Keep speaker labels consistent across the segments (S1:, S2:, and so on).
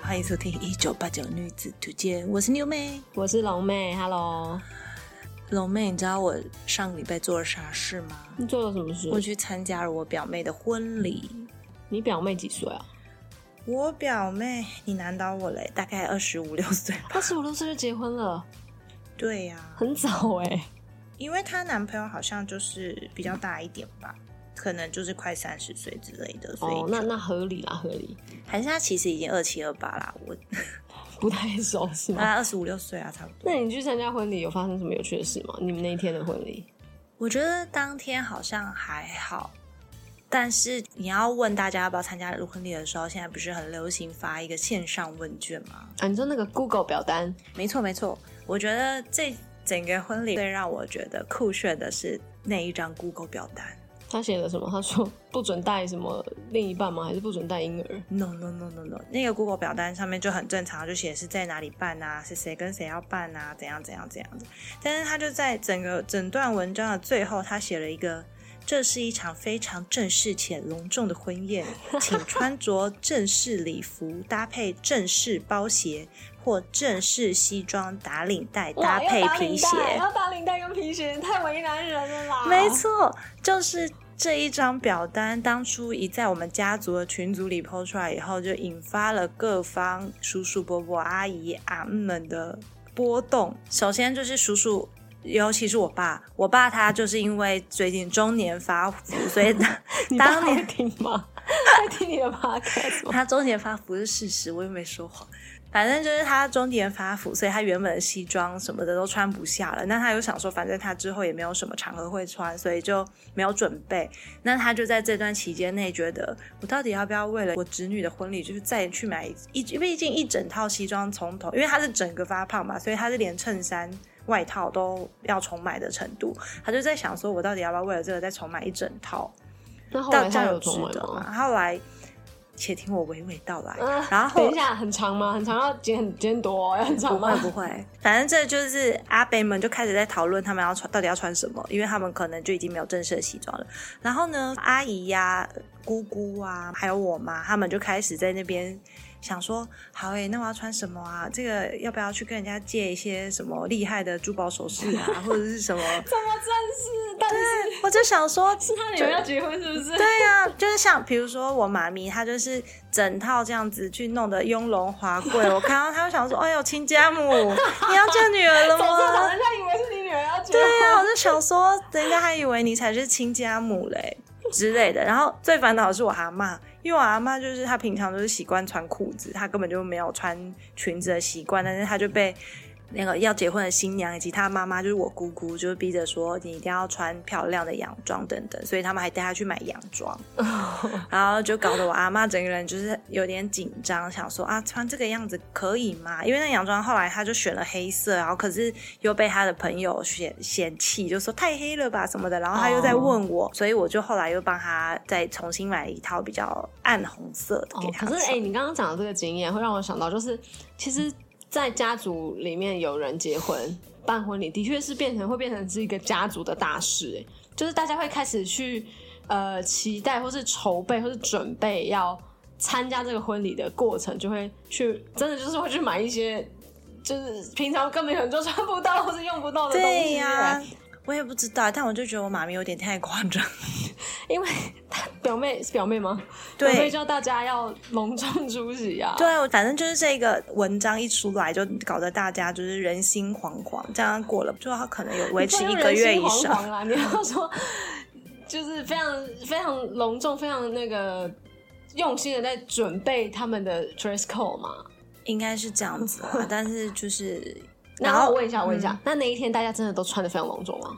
S1: 欢迎收听《一九八九女子图鉴》，我是妞妹。
S2: 我是龙妹，Hello，
S1: 龙妹，你知道我上礼拜做了啥事吗？
S2: 你做了什么事？
S1: 我去参加了我表妹的婚礼。
S2: 你表妹几岁啊？
S1: 我表妹，你难倒我嘞，大概二十五六岁吧。
S2: 她十五六岁就结婚了，
S1: 对呀、
S2: 很早哎、
S1: 因为她男朋友好像就是比较大一点吧，可能就是快三十岁之类的，所以
S2: 哦，那
S1: 就
S2: 那合理啦，合理，
S1: 还是她其实已经二七二八啦，我
S2: 不太熟是吗？
S1: 她二十五六岁啊，差不多。
S2: 那你去参加婚礼有发生什么有趣的事吗？你们那一天的婚礼？
S1: 我觉得当天好像还好，但是你要问大家要不要参加婚礼的时候，现在不是很流行发一个线上问卷吗？
S2: 啊，你说那个 Google 表单，
S1: 没错，没错。我觉得这整个婚礼最让我觉得酷炫的是那一张 Google 表单。
S2: 他写的什么？他说 不准带什么另一半吗？还是不准带婴儿？
S1: No no no no no，那个 Google 表单上面就很正常，就写是在哪里办啊，是谁跟谁要办啊，怎样怎样怎样的。但是他就在整个整段文章的最后，他写了一个：这是一场非常正式且隆重的婚宴，请穿着正式礼服，搭配正式包鞋或正式西装打领带，搭配皮鞋。
S2: 要打领带跟皮鞋，太为难人了啦
S1: 没，错，就是这一张表单，当初一在我们家族的群组里抛出来以后，就引发了各方叔叔、伯伯、阿姨、阿姆们的波动。首先就是叔叔。尤其是我爸，我爸他就是因为最近中年发福，所以他
S2: 你爸
S1: 当
S2: 会
S1: 年
S2: 听 吗？会听你的 podcast 吗？
S1: 他中年发福是事实，我又没说谎。反正就是他中年发福，所以他原本的西装什么的都穿不下了。那他又想说，反正他之后也没有什么场合会穿，所以就没有准备。那他就在这段期间内觉得，我到底要不要为了我侄女的婚礼，就是再去买一，毕竟一整套西装从头，因为他是整个发胖嘛，所以他是连衬衫。外套都要重买的程度，他就在想说，我到底要不要为了这个再重买一整套？
S2: 那后
S1: 到
S2: 来
S1: 这
S2: 他
S1: 样
S2: 有啊
S1: 值
S2: 重来
S1: 得
S2: 吗？
S1: 吗？后来，且听我娓娓道来。
S2: 啊
S1: 然后
S2: 等一下，很长吗？很长，要剪很剪很多、哦，要很长
S1: 不
S2: 吗
S1: 会？不会，反正这就是阿北们就开始在讨论他们要穿到底要穿什么，因为他们可能就已经没有正式的西装了。然后呢，阿姨呀、姑姑啊，还有我妈，他们就开始在那边想说，好诶、那我要穿什么啊？这个要不要去跟人家借一些什么厉害的珠宝首饰啊，或者是什么？
S2: 怎么正式？但是
S1: 我就想说，
S2: 是他女儿要结婚是不是？
S1: 对呀、就是像比如说我妈咪，她就是整套这样子去弄得雍容华贵，我看到她就想说，哎呦，亲家母，你要救女儿了
S2: 总是好
S1: 吗？
S2: 人家以为是你女儿要结
S1: 对
S2: 婚。
S1: 呀、我就想说，人家还以为你才是亲家母嘞之类的。然后最烦恼的是我阿妈，因为我阿妈就是她平常都是习惯穿裤子，她根本就没有穿裙子的习惯，但是她就被。那个要结婚的新娘以及她妈妈，就是我姑姑，就是逼着说你一定要穿漂亮的洋装等等，所以他们还带她去买洋装。然后就搞得我阿妈整个人就是有点紧张，想说啊，穿这个样子可以吗？因为那洋装后来她就选了黑色，然后可是又被她的朋友嫌嫌弃，就说太黑了吧什么的，然后她又在问
S2: 哦
S1: 我，所以我就后来又帮她再重新买了一套比较暗红色的给
S2: 哦，
S1: 她
S2: 可
S1: 穿。
S2: 是哎、你刚刚讲的这个经验会让我想到，就是其实，在家族里面有人结婚办婚礼，的确是变成会变成是一个家族的大事、哎，就是大家会开始去呃期待或是筹备或是准备要参加这个婚礼的过程，就会去真的就是会去买一些。就是平常根本很多穿不到或是用不到的东西、
S1: 对呀、
S2: 哎
S1: 我也不知道，但我就觉得我妈咪有点太夸张。
S2: 因为她表妹是表妹吗？
S1: 对
S2: 表妹叫大家要隆重出席啊。
S1: 对，我反正就是这个文章一出来，就搞得大家就是人心惶惶。这样过了，就她可能有维持一个月以上。
S2: 不要人心惶惶啦。你要说就是非常非常隆重、非常那个用心的在准备他们的 dress code 嘛。
S1: 应该是这样子 啊，但是就是，
S2: 然后我问一下，我问一
S1: 嗯
S2: 下，那那一天大家真的都穿的非常隆重吗？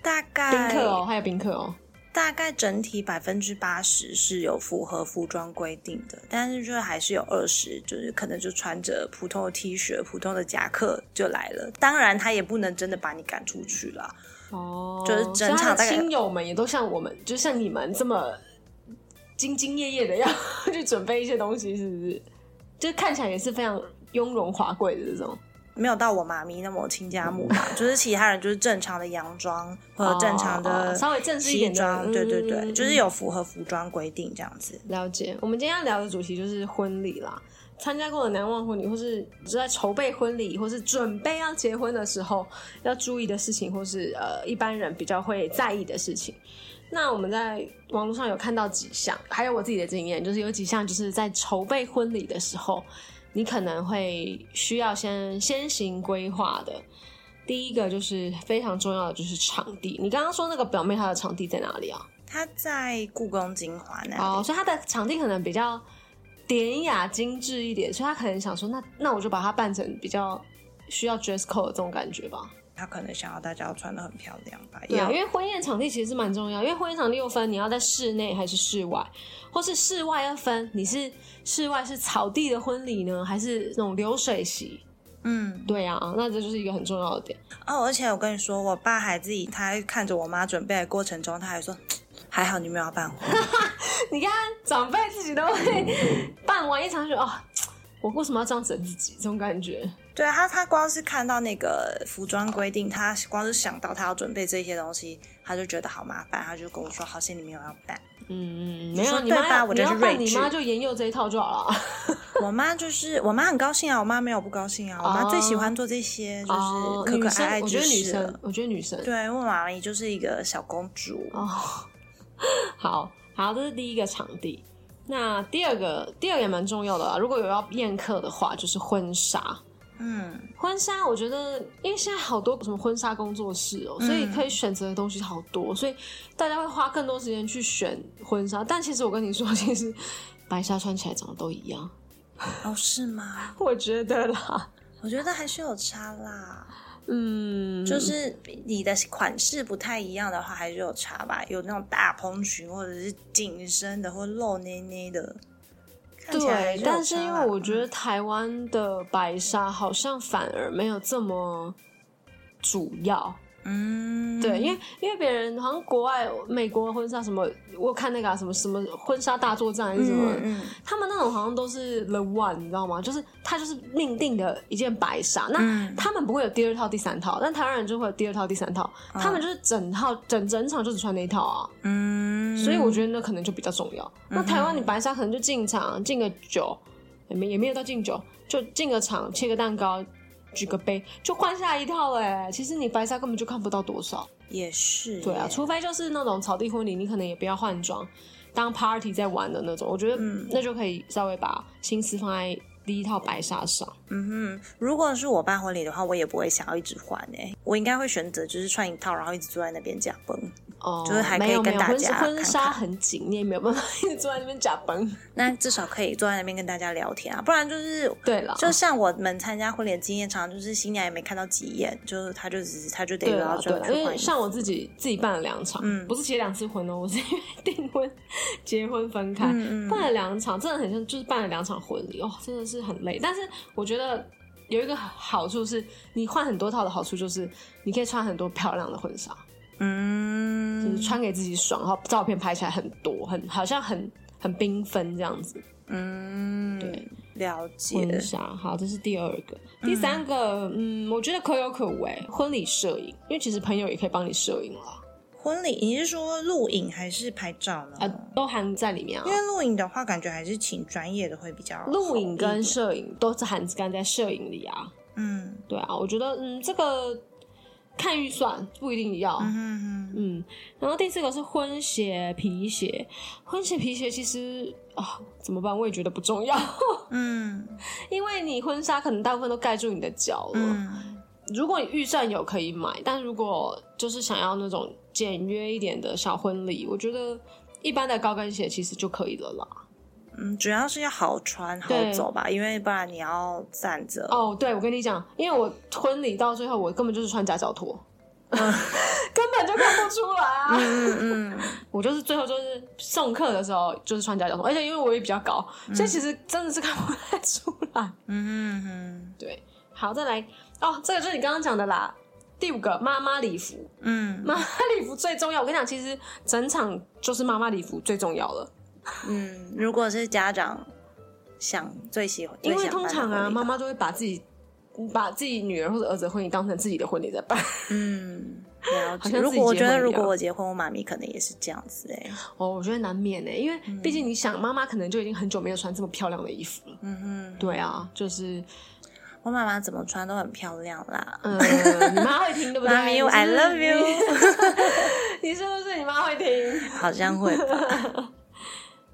S1: 大
S2: 宾
S1: 概
S2: 客哦，还有宾客哦。
S1: 大概整体百分之八十是有符合服装规定的，但是就是还是有二十，就是可能就穿着普通的 T 恤、普通的夹克就来了。当然，他也不能真的把你赶出去啦。
S2: 哦，
S1: 就是整场
S2: 所以他
S1: 大
S2: 的
S1: 概
S2: 亲友们也都像我们，就像你们这么兢兢业业的要 去准备一些东西，是不是？就看起来也是非常雍容华贵的这种。
S1: 没有到我妈咪那么亲家母啦，就是其他人就是正常的洋装或者正常
S2: 哦哦
S1: 的
S2: 哦稍微正式一
S1: 西
S2: 点的
S1: 装，对对
S2: 嗯嗯
S1: 对，
S2: 嗯
S1: 就是有符合服装规定这样子。
S2: 了解，我们今天要聊的主题就是婚礼啦。参加过的难忘婚礼，或是就在筹备婚礼，或是准备要结婚的时候要注意的事情，或是呃一般人比较会在意的事情。那我们在网络上有看到几项，还有我自己的经验，就是有几项就是在筹备婚礼的时候，你可能会需要先先行规划的。第一个就是非常重要的就是场地，你刚刚说那个表妹她的场地在哪里啊？
S1: 它在故宫精华那里，
S2: 哦，所以她的场地可能比较典雅精致一点，所以她可能想说，那那我就把它办成比较需要 dress code 的这种感觉吧。
S1: 他可能想要大家要穿的很漂亮吧？
S2: 对啊，
S1: 也
S2: 因为婚宴场地其实是蛮重要，因为婚宴场地又分你要在室内还是室外，或是室外要分你是室外是草地的婚礼呢，还是那种流水席？
S1: 嗯
S2: 对啊，那这就是一个很重要的点。
S1: 哦，而且我跟你说，我爸还自己他看着我妈准备的过程中，他还说。还好你没有要办婚礼，
S2: 你看长辈自己都会 办完一场就哦，我为什么要这样整自己？这种感觉。
S1: 对啊他，他光是看到那个服装规定，他光是想到他要准备这些东西，他就觉得好麻烦，他就跟我说：“好险你没有要 办。
S2: 嗯，没有
S1: 说
S2: 你
S1: 对
S2: 妈
S1: 吧
S2: 要，
S1: 我
S2: 你
S1: 真
S2: 要
S1: 是
S2: 办
S1: 睿
S2: 你
S1: 智
S2: 妈就沿用这一套就好了。
S1: 我妈就是我妈很高兴啊，我妈没有不高兴啊，我妈
S2: 哦
S1: 最喜欢做这些 就是
S2: 哦，
S1: 可可
S2: 女
S1: 爱爱
S2: 生，我觉
S1: 之
S2: 得女
S1: 事
S2: 生
S1: 了。，
S2: 我觉得女生
S1: 对，因为我阿姨就是一个小公主，
S2: 哦，好好，这是第一个场地。那第二个，第二个也蛮重要的啦。如果有要宴客的话，就是婚纱。
S1: 嗯，
S2: 婚纱，我觉得因为现在好多什么婚纱工作室哦、所以
S1: 嗯
S2: 可以选择的东西好多，所以大家会花更多时间去选婚纱。但其实我跟你说，其实白纱穿起来长得都一样，
S1: 哦是吗？
S2: 我觉得啦，
S1: 我觉得还是有差啦，
S2: 嗯，
S1: 就是你的款式不太一样的话，还是有差吧。有那种大蓬裙，或者是紧身的，或露捏捏的，看起来还
S2: 对，但
S1: 是
S2: 是
S1: 有
S2: 因
S1: 差啦嗯
S2: 为我觉得台湾的白纱好像反而没有这么主要，
S1: 嗯，
S2: 对，因为因为别人好像国外美国婚纱什么，我有看那个、啊、什么什么婚纱大作战还是什么，
S1: 嗯嗯
S2: 他们那种好像都是 the one，你知道吗？就是他就是命定的一件白纱，那、
S1: 嗯
S2: 他们不会有第二套、第三套，但台湾人就会有第二套、第三套，他们就是整套整整场就只穿那一套啊，
S1: 嗯，
S2: 所以我觉得那可能就比较重要。那台湾你白纱可能就进场敬个酒，也没也没有到敬酒，就敬个场切个蛋糕。举个杯就换下一套哎、其实你白纱根本就看不到多少。
S1: 也是
S2: 对啊，
S1: 耶
S2: 除非就是那种草地婚礼，你可能也不要换装，当 party 在玩的那种，我觉得
S1: 嗯
S2: 那就可以稍微把心思放在第一套白纱上。
S1: 嗯哼，如果是我办婚礼的话，我也不会想要一直换诶、我应该会选择就是穿一套，然后一直坐在那边假崩。
S2: 哦，
S1: 就是还可以
S2: 没有
S1: 跟
S2: 没有
S1: 大
S2: 婚
S1: 家
S2: 婚纱
S1: 看看
S2: 很紧，你也没有办法 一直坐在那边假崩。
S1: 那至少可以坐在那边跟大家聊天啊，不然就是
S2: 对啦
S1: 就像我们参加婚礼的经验，常常就是新娘也没看到几眼，就是她就只是她就得
S2: 对
S1: 又
S2: 啦
S1: 要
S2: 对
S1: 转
S2: 啦，
S1: 去
S2: 因
S1: 换嗯
S2: 为
S1: 衣服
S2: 像我自己自己办了两场，不是结两次婚哦，我是因 为订婚、结婚分开，
S1: 嗯嗯
S2: 办了两场，真的很像，就是办了两场婚礼哦，真的是很累。但是我觉得有一个好处是，你换很多套的好处就是你可以穿很多漂亮的婚纱，就是
S1: 嗯
S2: 穿给自己爽，然后照片拍起来很多，很好像很很缤纷这样子。
S1: 嗯，
S2: 对，
S1: 了解
S2: 婚，纱好，这是第二个，第三个，嗯，我觉得可有可无。哎，婚礼摄影，因为其实朋友也可以帮你摄影啦，
S1: 婚礼你是说录影还是拍照呢？
S2: 啊，都含在里面啊
S1: 因。为录影的话，感觉还是请专业的会比较好
S2: 录影
S1: 一
S2: 跟
S1: 点
S2: 摄影都是含干在摄影里啊。
S1: 嗯
S2: 对啊，我觉得嗯，这个看预算不一定要。
S1: 嗯嗯
S2: 嗯，然后第四个是婚鞋、皮鞋。婚鞋、皮鞋其实啊，怎么办？我也觉得不重 要，
S1: 嗯
S2: 因为你婚纱可能大部分都盖住你的脚了。
S1: 嗯
S2: 如果你预算有可以买，但如果就是想要那种简约一点的小婚礼，我觉得一般的高跟鞋其实就可以了啦。
S1: 嗯，主要是要好穿好
S2: 对
S1: 走吧，因为不然你要站着。
S2: 哦，对，我跟你讲，因为我婚礼到最后，我根本就是穿夹脚拖， 根本就看不出来啊。
S1: 嗯嗯，
S2: 我就是最后就是送客的时候就是穿夹脚拖，而且因为我也比较高，所以其实真的是看不太出来。
S1: 嗯哼
S2: 对，好，再来哦，这个就是你刚刚讲的啦。第五个妈妈礼服，
S1: 哼，嗯
S2: 妈妈礼服最重要。我跟你讲，其实整场就是妈妈礼服最重要了，
S1: 嗯，如果是家长想最喜欢，
S2: 因
S1: 最
S2: 为
S1: 想
S2: 通
S1: 办的
S2: 常
S1: 婚
S2: 啊，
S1: 礼
S2: 妈
S1: 吧，
S2: 妈都会把自己把自己女儿或者儿子的婚礼当成自己的婚礼在办。
S1: 嗯，了
S2: 好
S1: 解。
S2: 像自
S1: 如
S2: 己
S1: 果我
S2: 结
S1: 觉得，
S2: 婚
S1: 如
S2: 一
S1: 果
S2: 样
S1: 我结婚，我妈咪可能也是这样子哎、
S2: 哦，我觉得难免呢，因为
S1: 嗯
S2: 毕竟你想，妈妈可能就已经很久没有穿这么漂亮的衣服了。
S1: 嗯哼，
S2: 对啊，就是
S1: 我妈妈怎么穿都很漂亮啦。
S2: 呃，你妈会听对不对？
S1: 妈咪
S2: 你是
S1: ，I love
S2: 你
S1: you，
S2: 你是 不是你妈会听？
S1: 好像会 吧。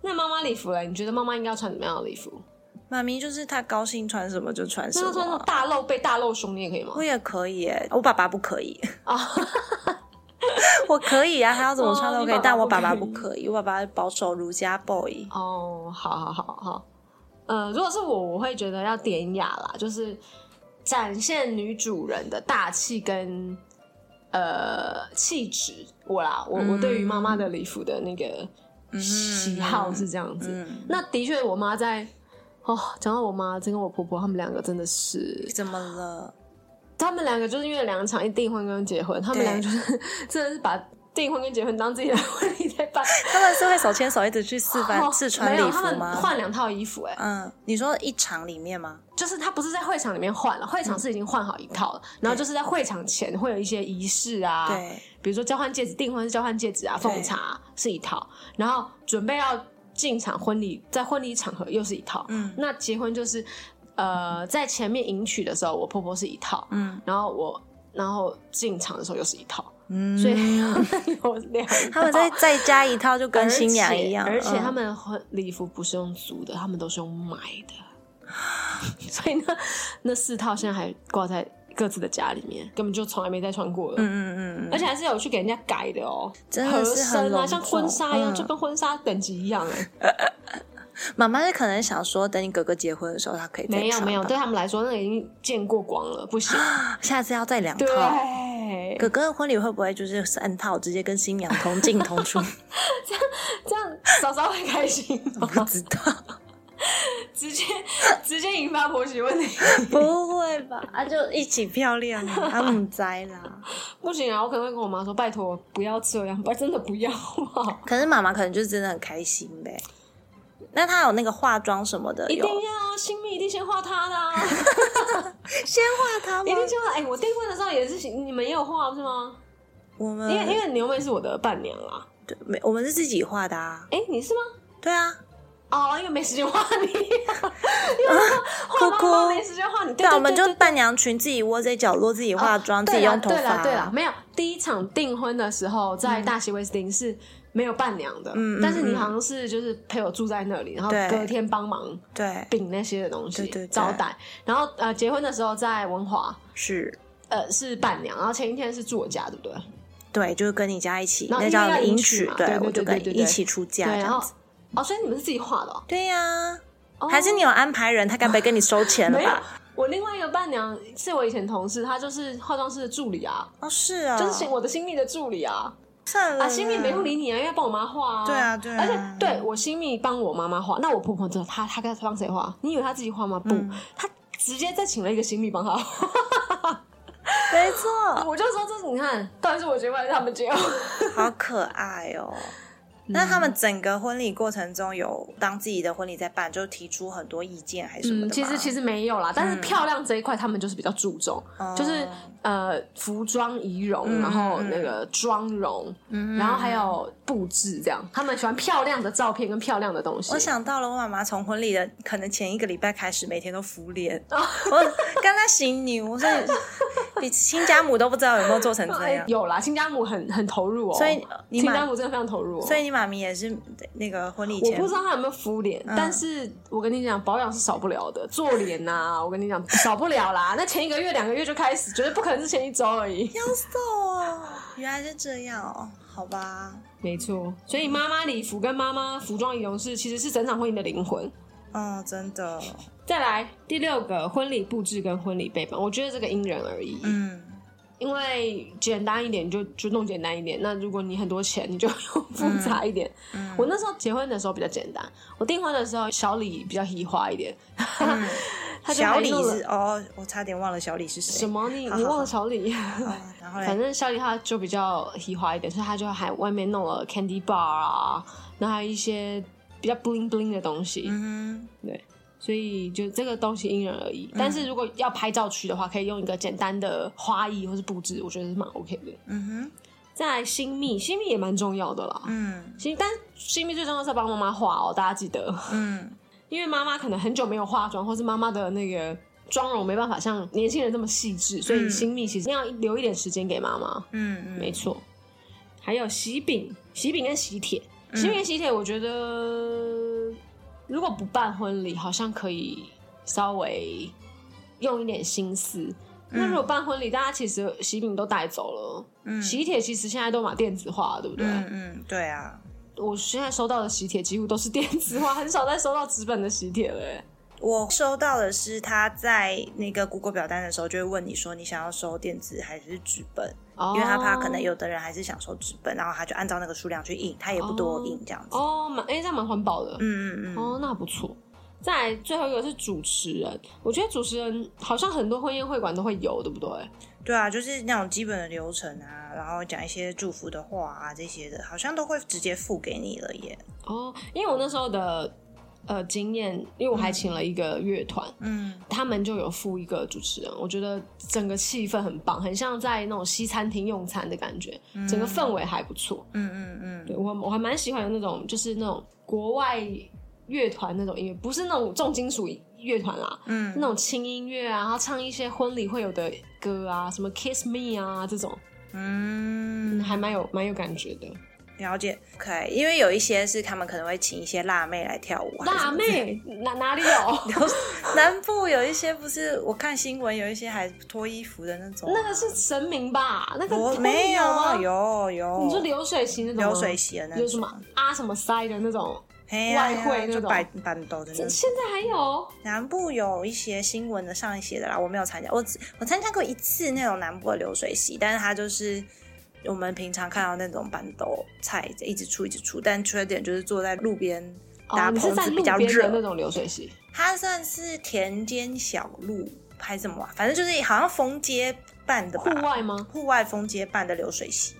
S2: 那妈妈礼服嘞？你觉得妈妈应该要穿怎么样的礼服？
S1: 妈咪就是她高兴穿什么就穿什
S2: 那要
S1: 么
S2: 穿那
S1: 啊、
S2: 种大露背、大露胸，你也可以吗
S1: 我？也可以哎、我爸爸不可以。
S2: 啊，
S1: 我可以啊，他要怎么穿
S2: 哦
S1: 都
S2: 你
S1: 可以，
S2: 爸爸
S1: 但
S2: 不
S1: 我爸爸
S2: 可
S1: 不
S2: 以
S1: 可以，我爸爸是保守儒家 boy。
S2: 哦，好好好好，呃，如果是我，我会觉得要典雅啦，就是展现女主人的大气跟呃气质。我啦，我、我对于妈妈的礼服的那个喜好是这样子。
S1: 嗯嗯，
S2: 那的确，我妈在哦，讲到我妈，这跟我婆婆她们两个真的是
S1: 怎么了？
S2: 他们两个就是因为两场一订婚跟结婚，他们
S1: 对
S2: 两个就是 真的是把订婚跟结婚当自己的婚礼在 办。
S1: 他们是会手牵手一直去试
S2: 哦
S1: 穿试穿
S2: 没
S1: 礼
S2: 有，他
S1: 服
S2: 们
S1: 吗？
S2: 换两套衣服、欸，哎，
S1: 嗯，你说一场里面吗？
S2: 就是他不是在会场里面换
S1: 嗯
S2: 了，会场是已经换好一套了，然后就是在会场前会有一些仪式啊，，
S1: 对，
S2: 比如说交换戒指，订婚是交换戒指啊，奉茶、是一套，然后准备要进场婚礼，在婚礼场合又是一套，
S1: 嗯
S2: 那结婚就是呃，在前面迎娶的时候，我婆婆是一套，
S1: 嗯
S2: 然后我然后进场的时候又是一套。
S1: 嗯，
S2: 所以 有两套
S1: 他们再再加一套就跟
S2: 嗯哦而且
S1: 新娘一样，
S2: 而且
S1: 嗯
S2: 他们婚礼服不是用租的，他们都是用买的， 所以呢，那四套现在还挂在各自的家里面，根本就从来没再穿过了。
S1: 嗯嗯嗯嗯，
S2: 而且还是有去给人家改的哦，
S1: 真
S2: 合
S1: 的是很
S2: 身啊，
S1: 隆
S2: 像
S1: 重
S2: 婚纱一样，
S1: 嗯
S2: 就跟婚纱等级一样哎。
S1: 妈妈是可能想说，等你哥哥结婚的时候，他可以再
S2: 没有
S1: 穿
S2: 没有，
S1: 吧
S2: 对他们来说，那个已经见过光了，不行。
S1: 下次要再两
S2: 对，
S1: 套。哥哥的婚礼会不会就是三套，直接跟新娘同进同 出？
S2: 这样嫂嫂会开心吗？
S1: 不知 道，
S2: 直接直接引发婆媳问题。
S1: 不会吧？啊，就一起漂亮啊，啊母灾啦。
S2: 不行啊，我可能会跟我妈说，拜托不要这样，拜真的不要好不好？
S1: 可是妈妈可能就真的很开心呗。那她有那个化妆什么的，
S2: 一定
S1: 有
S2: 要，新密一定先画她 的、啊，
S1: 先画她
S2: 一
S1: 吗？
S2: 定先画。哎、我订婚的时候也是，你们也有画是吗？
S1: 我们
S2: 因为因为牛妹是我的伴娘啊。
S1: 对没，我们是自己画的啊。
S2: 哎、你是吗？
S1: 对啊，
S2: 哦， 因为没时间画你，
S1: 哭
S2: 画妈妈没
S1: 哭。
S2: 时间画你。对
S1: 对啊，
S2: 对
S1: 我们
S2: 对哦
S1: 就伴娘裙自己窝在角落，自己化妆，自己
S2: 对啦
S1: 用头
S2: 对
S1: 发
S2: 啦
S1: 啊。
S2: 对啦，没有第一场订婚的时候，在大西威斯汀是没有伴娘的，
S1: 嗯嗯
S2: 但是你
S1: 嗯
S2: 好像是就是陪我住在那里，然后
S1: 对
S2: 隔天帮忙
S1: 对，
S2: 饼那些的东西，
S1: 对对对
S2: 招待。然后呃，结婚的时候在文华，
S1: 是，
S2: 呃，是伴娘，然后前一天是住我家，对不对？
S1: 对，就是跟你家一起，
S2: 然后
S1: 那
S2: 因为
S1: 叫
S2: 要迎
S1: 迎
S2: 娶
S1: 娶
S2: 嘛，对
S1: 对
S2: 对
S1: 我就
S2: 对
S1: 跟
S2: 对
S1: 你
S2: 对
S1: 一起出
S2: 对，
S1: 嫁这
S2: 然
S1: 样
S2: 后
S1: 子。
S2: 哦，所以你们是自己画的、哦
S1: 对呀，
S2: 哦，
S1: 还是你有安排人，他该不会跟你收钱了
S2: 没有
S1: 吧？？
S2: 我另外一个伴娘是我以前同事，她就是化妆师的助理啊，
S1: 哦，是啊，
S2: 就是我的新密的助理啊。
S1: 算了
S2: 啊，新密没空理你啊，因为帮我妈画啊。
S1: 嗯对啊对啊
S2: 而且对我新密帮我妈妈画，那我婆婆知道她她该帮谁画？你以为她自己画吗？不，
S1: 嗯
S2: 她直接再请了一个新密帮她画。
S1: 没 错，
S2: 我就说这是你看，到底是我结婚还是他们结婚？
S1: 好可爱哦。那他们整个婚礼过程中有当自己的婚礼在办，就提出很多意见还是什么的嗯
S2: 嗯，
S1: 吗、
S2: 其实其
S1: 实
S2: 实没有啦，但是漂亮这一块他们就是比较注重，
S1: 哦
S2: 就是呃服装仪容，
S1: 嗯
S2: 然后那个妆容，然后还有布置这样，他们喜欢漂亮的照片跟漂亮的东西。
S1: 我想到了，我妈妈从婚礼的可能前一个礼拜开始，每天都敷脸。
S2: 哦
S1: 我跟她行牛，我说比亲家母都不知道有没有做成这
S2: 哎
S1: 样。
S2: 有啦，亲家母很很投入哦，
S1: 所以你
S2: 亲
S1: 买
S2: 家母真的非常投入哦。
S1: 所以你妈咪也是那个婚礼
S2: 我
S1: 前嗯
S2: 不知道她有没有敷脸，但是我跟你讲，保养是少不了的，做脸呐、我跟你讲少不了啦。那前一个月、两个月就开始，绝对不可能是前一周而已。
S1: 要瘦哦， 原来是这样哦，好吧，
S2: 没错，所以妈妈礼服跟妈妈服装仪容是其实是整场婚礼的灵魂。
S1: 嗯，真的，
S2: 再来第六个，婚礼布置跟婚礼备办，我觉得这个因人而异。
S1: 嗯。
S2: 因为简单一点就就弄简单一点，那如果你很多钱，你就 用复杂一点。
S1: 嗯
S2: 我那时候结婚的时候比较简单，我订婚的时候小李比较移花一点。他就
S1: 嗯小
S2: 还
S1: 李
S2: 弄了
S1: 是哦，我差点忘了小李是谁。
S2: 什么？你
S1: 好
S2: 你
S1: 好
S2: 忘了
S1: 好
S2: 小李？
S1: 啊？然后嘞
S2: 反，正小李他就比较喜花一点，所以他就还外面弄了 candy bar 啊，然后还有一些比较 bling bling 的东西。
S1: 嗯哼，
S2: 对，所以就这个东西因人而异。
S1: 嗯
S2: 但是如果要拍照区的话，可以用一个简单的花艺或是布置，我觉得是蛮 OK 的。
S1: 嗯
S2: 再来新密，新密也蛮重要的啦
S1: 哼，。嗯
S2: 新但新密最重要是要帮妈妈化哦，大家记得，
S1: 嗯，
S2: 因为妈妈可能很久没有化妆，或是妈妈的那个妆容没办法像年轻人这么细致，所以
S1: 嗯
S2: 新密其实要留一点时间给妈妈。
S1: 嗯嗯
S2: 没错。还有喜饼、喜饼跟喜帖，
S1: 嗯
S2: 喜饼跟喜帖，我觉得如果不办婚礼，好像可以稍微用一点心思。
S1: 嗯
S2: 那如果办婚礼，大家其实喜饼都带走了，喜帖其实现在都买电子化了，对不对？
S1: 嗯嗯，对啊，
S2: 我现在收到的喜帖几乎都是电子化，很少再收到纸本的喜帖了、欸。
S1: 我收到的是他在那个 Google 表单的时候就会问你说你想要收电子还是纸本，
S2: 哦
S1: 因为他怕可能有的人还是想收纸本，然后他就按照那个数量去印，他也不多印这样子。
S2: 哦，蛮哎、这样蛮环保的。
S1: 嗯嗯嗯，
S2: 哦，那不错。再来最后一个是主持人，我觉得主持人好像很多婚宴会馆都会有，对不对？
S1: 对啊，就是那种基本的流程啊，然后讲一些祝福的话啊这些的，好像都会直接付给你了耶。
S2: 哦，因为我那时候的呃经验，因为我还请了一个乐团，
S1: 嗯
S2: 他们就有附一个主持人，我觉得整个气氛很棒，很像在那种西餐厅用餐的感觉，整个氛围还不错。
S1: 嗯嗯嗯，
S2: 对我我还蛮喜欢有那种就是那种国外乐团那种音乐，不是那种重金属乐团啦，
S1: 嗯，
S2: 那种轻音乐啊，然后唱一些婚礼会有的歌啊，什么 Kiss Me 啊这种，
S1: 嗯，
S2: 还蛮有蛮有感觉的。
S1: 了解。OK，因为有一些是他们可能会请一些辣妹来跳舞，啊还是什
S2: 辣
S1: 么
S2: 妹哪哪里有？
S1: 南部有一些不是，我看新闻有一些还脱衣服的那种啊、
S2: 那个是神明吧？那个
S1: 我
S2: 婚礼
S1: 没
S2: 有吗？
S1: 有有，
S2: 你说流水席那种吗
S1: 流水席的那
S2: 有什
S1: 种，嗯
S2: 么啊什么塞的那种，
S1: 嘿呀
S2: 外汇
S1: 嘿呀
S2: 那种
S1: 就板板斗的那种。
S2: 现在还有哦
S1: 南部有一些新闻的上写的啦，我没有参加，我只我参加过一次那种南部的流水席，但是它就是。我们平常看到那种板豆菜一直出一直出，但缺点就是坐在路边搭
S2: 哦，你是
S1: 棚
S2: 在
S1: 子
S2: 路
S1: 比较
S2: 边的那
S1: 热。
S2: 种流水席
S1: 它算是田间小路还是什么啊、反正就是好像逢街办的吧，
S2: 户外吗？
S1: 户外风街办的流水席，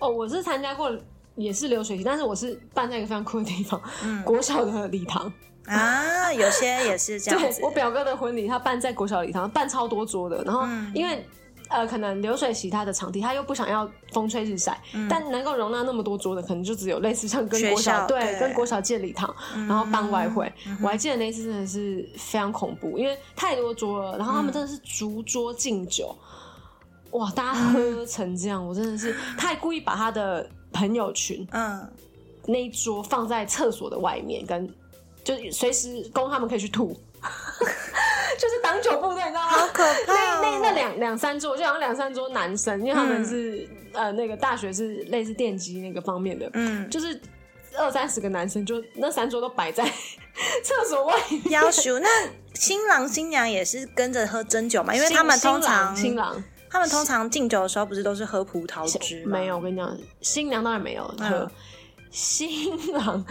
S2: 哦，我是参加过。也是流水席，但是我是办在一个非常酷的地方，
S1: 嗯
S2: 国小的礼堂。
S1: 啊，有些也是这样
S2: 对
S1: 子，
S2: 我表哥的婚礼，他办在国小礼堂，办超多桌的。然后
S1: 嗯
S2: 因为、呃，可能流水席他的场地，他又不想要风吹日晒，但能够容纳那么多桌的，可能就只有类似像跟
S1: 嗯学
S2: 国小
S1: 校
S2: 对
S1: 对
S2: 跟国小借礼堂，
S1: 嗯
S2: 然后办外汇。我还记得那一次真的是非常恐怖，因为太多桌了，然后他们真的是逐桌敬酒，哇，大家喝成这样，我真的是他还故意把他的朋友群
S1: 嗯，
S2: 那一桌放在厕所的外面，跟就是随时供他们可以去吐， 就是挡酒部队，你知道吗？
S1: 好可怕、
S2: 那
S1: 哦嗯
S2: 那那两两三桌，就好像两三桌男生，因为他们是、呃那个大学是类似电机那个方面的，
S1: 嗯，
S2: 就是二三十个男生，就那三桌都摆在 厕所外面，
S1: 要求那新郎新娘也是跟着喝真酒嘛，因为
S2: 新
S1: 他们通
S2: 新郎
S1: 常
S2: 新郎
S1: 他们通常敬酒的时候不是都是喝葡萄汁吗
S2: 没有，我，跟你讲，新娘当然没有喝。
S1: 嗯
S2: 新郎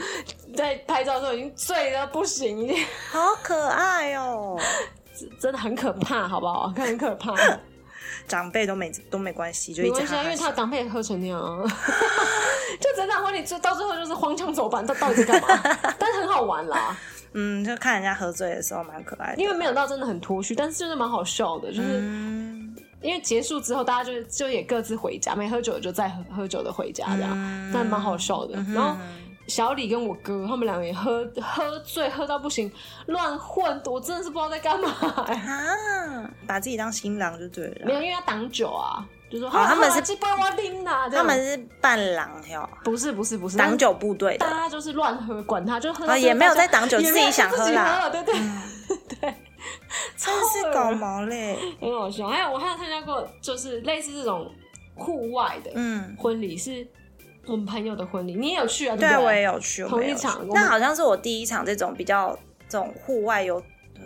S2: 在拍照的时候已经醉的不行，已经
S1: 好可爱哦，
S2: 真的很可怕，好不好？很可 怕。
S1: 长辈都没都没关系，就
S2: 没
S1: 一直
S2: 关系啊，
S1: 哈
S2: 因
S1: 哈
S2: 为他
S1: 笑。
S2: 长辈也喝成那样啊， 就整场婚礼就到最后就是荒腔走板，到到底在 干嘛？但是很好玩啦，
S1: 嗯，就看人家喝醉的时候蛮可爱的，
S2: 因为没有到真的很脱序，但是就是蛮好笑的，就是、
S1: 嗯
S2: 因为结束之后大家就就也各自回家，没喝酒的就再喝喝酒的回家这样，
S1: 嗯
S2: 但蛮好笑的。然后小李跟我哥他们两个也喝喝醉，喝到不行，乱混，我真的是不知道在干嘛、 欸
S1: 啊，把自己当新郎就对
S2: 没
S1: 了。
S2: 有，因为要挡酒啊，就说、
S1: 哦他们是
S2: 鸡巴我拎呐，这
S1: 他
S2: 样
S1: 们是伴郎哟，
S2: 不是不是不是
S1: 挡。酒部队
S2: 大
S1: 的，
S2: 家就是乱喝，管他，就喝到
S1: 啊
S2: 最后
S1: 也没有
S2: 大家
S1: 在挡酒
S2: 也没有
S1: 自己想喝啦嗯
S2: 自己对对，
S1: 真的是搞毛嘞。
S2: 很好笑。还有我还有参加过，就是类似这种户外的
S1: 嗯，
S2: 婚礼，是我们朋友的婚礼，你也有去啊？
S1: 对
S2: 不
S1: 啊，
S2: 对
S1: 我也有去，我
S2: 同
S1: 们也
S2: 一
S1: 有
S2: 场
S1: 去
S2: 我们
S1: 那好像是我第一场这种比较这种户外有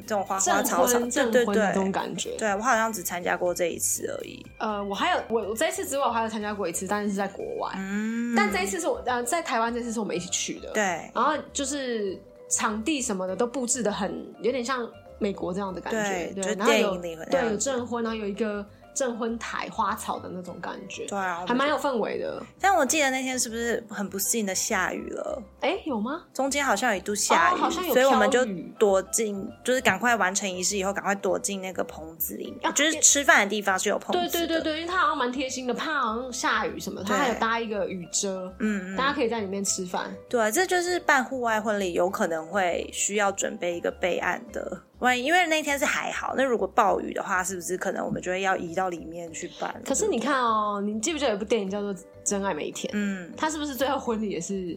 S1: 这种花花
S2: 证
S1: 草草，
S2: 婚
S1: 对
S2: 证
S1: 对
S2: 婚的这种
S1: 对，
S2: 感觉。
S1: 对我好像只参加过这一次而已。
S2: 呃，我还有我我这一次之外，我还有参加过一次，但是是在国外。
S1: 嗯，
S2: 但这一次是我呃在台湾，这次是我们一起去的。，
S1: 对
S2: 然后就是场地什么的都布置的很有点像美国这样的感
S1: 对
S2: 觉，对，
S1: 就
S2: 然后有
S1: 电影里会那
S2: 对
S1: 样
S2: 有证婚，然后有一个证婚台花草的那种感觉，
S1: 对啊，
S2: 还蛮有氛围的。
S1: 但我记得那天是不是很不幸的下雨了？
S2: 哎，有吗？
S1: 中间好像有一度下雨，
S2: 哦好像有
S1: 所以我们就
S2: 飘雨
S1: 躲进，就是赶快完成仪式以后，赶快躲进那个棚子里面，
S2: 啊
S1: 就是吃饭的地方是有棚子
S2: 对
S1: 的。
S2: 对对对，因为他好像蛮贴心的，怕好像下雨什么，他
S1: 对
S2: 还有搭一个雨遮，
S1: 嗯，嗯嗯
S2: 大家可以在里面吃饭。
S1: 对，啊这就是办户外婚礼有可能会需要准备一个备案的。万一因为那天是还好，那如果暴雨的话，是不是可能我们就会要移到里面去办？
S2: 可是你看哦，你记不记得有一部电影叫做《真爱每一天》？
S1: 嗯，
S2: 他是不是最后婚礼也是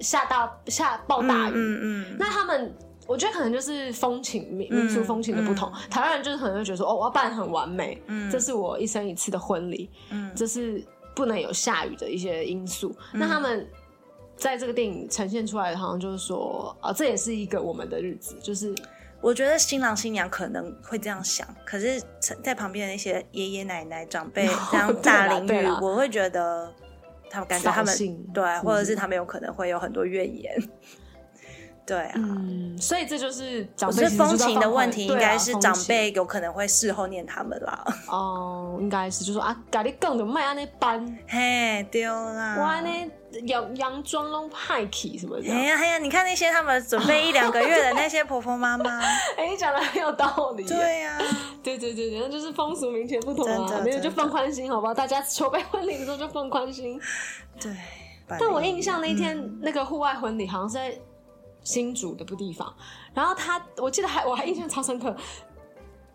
S2: 下大下暴大雨？
S1: 嗯嗯嗯，
S2: 那他们，我觉得可能就是风情民
S1: 嗯
S2: 民俗风情的不同。台湾人就是可能会觉得说，哦，我要办很完美，
S1: 嗯
S2: 这是我一生一次的婚礼，
S1: 嗯
S2: 这是不能有下雨的一些因素。那他们在这个电影呈现出来的，好像就是说，啊、这也是一个我们的日子，就是
S1: 我觉得新郎新娘可能会这样想，可是在旁边的那些爷爷奶奶长 辈这样大淋
S2: 哦对
S1: 雨
S2: 啦对啦，
S1: 我会觉得他们感觉他
S2: 扫
S1: 们
S2: 兴
S1: 对，啊或者是
S2: 嗯
S1: 他们有可能会有很多怨言。对啊，
S2: 嗯，所以这就是长
S1: 我
S2: 辈
S1: 觉得
S2: 其实
S1: 风
S2: 就是要
S1: 情的
S2: 放
S1: 问
S2: 宽
S1: 题，
S2: 对
S1: 应
S2: 啊
S1: 该是
S2: 风
S1: 长
S2: 情
S1: 辈有可能会事后念他们啦。
S2: 哦，应该是就说啊，咖喱梗的卖安那
S1: 嗯
S2: 班，
S1: 嘿，丢啦！
S2: 哇那洋洋装拢派去什么的。
S1: 哎呀哎呀，你看那些他们准备一两个月的那些婆婆妈妈，
S2: 哎，你讲的很有道理耶。
S1: 对呀、
S2: 对啊对对对，那就是风俗民情不同
S1: 真
S2: 啊
S1: 的，
S2: 没有就
S1: 真的哎
S2: 放宽心，好不好？大家筹备婚礼的时候就放宽心。
S1: 对。
S2: 但我印象那一天、
S1: 嗯
S2: 那个户外婚礼好像是在新竹的不地方，然后他我记得还我还印象超深刻，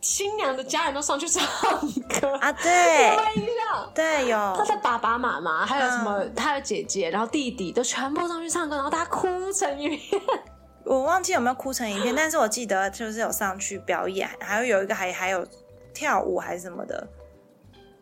S2: 新娘的家人都上去唱歌，
S1: 啊，
S2: 有
S1: 对
S2: 没有印象？
S1: 对
S2: 他
S1: 有，
S2: 的爸爸妈妈，还有什么
S1: 嗯
S2: 他的姐姐，然后弟弟都全部上去唱歌，然后大家哭成一片。
S1: 我忘记有没有哭成一片，但是我记得就是有上去表演，还有有一个还还有跳舞还是什么的，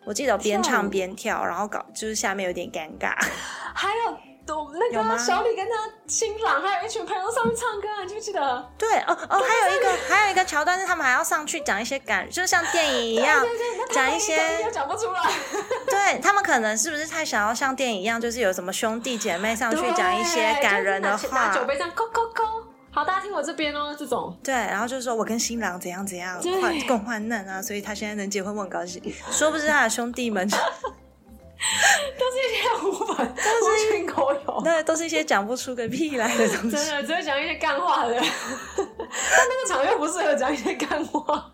S1: 我记得有边
S2: 跳
S1: 唱
S2: 舞
S1: 边跳，然后搞就是下面有点尴尬，
S2: 还有我们那
S1: 有吗
S2: 个小李跟他新郎，还有一群朋友都上去唱歌，你记不记得？
S1: 对哦
S2: 啊
S1: 哦，还有一个还有一个桥段是他们还要上去讲一些感，就像电影一样
S2: 对对，那他
S1: 讲
S2: 们
S1: 一些
S2: 个又讲不出来，
S1: 对他们可能是不是太想要像电影一样，就是有什么兄弟姐妹上去
S2: 对
S1: 讲一些感人的
S2: 就是拿拿
S1: 话
S2: 酒，杯这样，勾勾勾。好，大家听我这边哦，这种
S1: 对，然后就说我跟新郎怎样怎样
S2: 对
S1: 患共患难啊，所以他现在能结婚我很高兴。说不知他的兄弟们，
S2: 都是一些无本无群狗友。
S1: 那都是一些讲不出个屁来 的东西。
S2: 真的只会讲一些干话的，但那个场又不适合讲一些干话。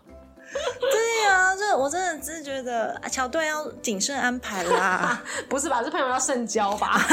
S1: 对啊，这我真的只是觉得啊桥段要谨慎安排 啦。
S2: 不是吧？这朋友要圣交 吧？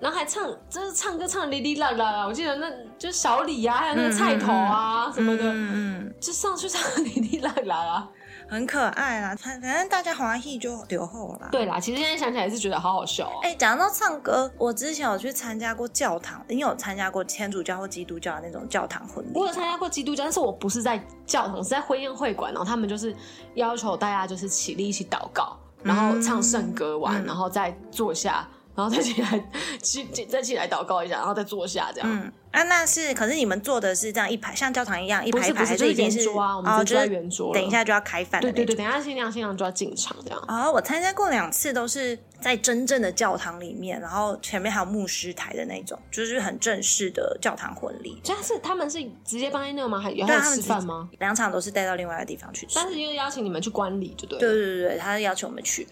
S2: 然后还唱，就是唱歌唱得哩哩啦啦啦。我记得那就是小李啊，还有那个菜头啊、什么的，
S1: 嗯
S2: 就上去唱得哩哩啦啦啦。
S1: 嗯，很可爱啦，反反正大家欢喜就留后啦。
S2: 对啦，其实现在想起来是觉得好好笑哦。
S1: 哎、讲到唱歌，我之前有去参加过教堂，你有参加过天主教或基督教的那种教堂婚礼
S2: 我？有参加过基督教，但是我不是在教堂，是在婚宴会馆。然后他们就是要求大家就是起立一起祷告，然后唱圣歌
S1: 嗯
S2: 完，然后再坐下，然后再起来，起起再起来祷告一下，然后再坐下这样。
S1: 嗯啊，那是，可是你们做的是这样一排，像教堂一样一
S2: 不
S1: 排一
S2: 是
S1: 排，
S2: 不
S1: 还
S2: 是，
S1: 是
S2: 是
S1: 已经
S2: 圆
S1: 是
S2: 桌啊，我
S1: 哦
S2: 们就
S1: 就是
S2: 在
S1: 是
S2: 圆桌了。
S1: 等一下就要开饭的
S2: 对
S1: 那
S2: 对
S1: 种。
S2: 对，等一下新娘新娘就要进场这样。
S1: 哦，我参加过两次，都是在真正的教堂里面，然后前面还有牧师台的那种，就是很正式的教堂婚礼。
S2: 所以他是他们是直接放在那吗？还有
S1: 对啊
S2: 还有
S1: 他们直
S2: 吃
S1: 接
S2: 饭吗？
S1: 两场都是带到另外一个地方去吃
S2: 但。是又邀请你们去观礼，对不
S1: 对
S2: 对？
S1: 对对对，他要求我们去，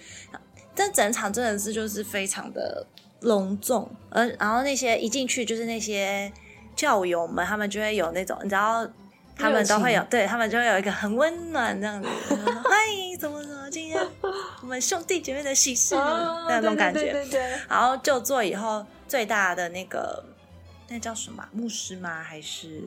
S1: 但整场真的是就是非常的隆重，而然后那些一进去就是那些教友们，他们就会有那种你知道。他们都会有，对他们就会有一个很温暖这样子， 然后欢迎怎么怎么，今天我们兄弟姐妹的喜事
S2: 啊
S1: 那种感
S2: 对
S1: 觉。
S2: 对对对
S1: 然后就座以后，最大的那个那叫什么啊牧师吗？还是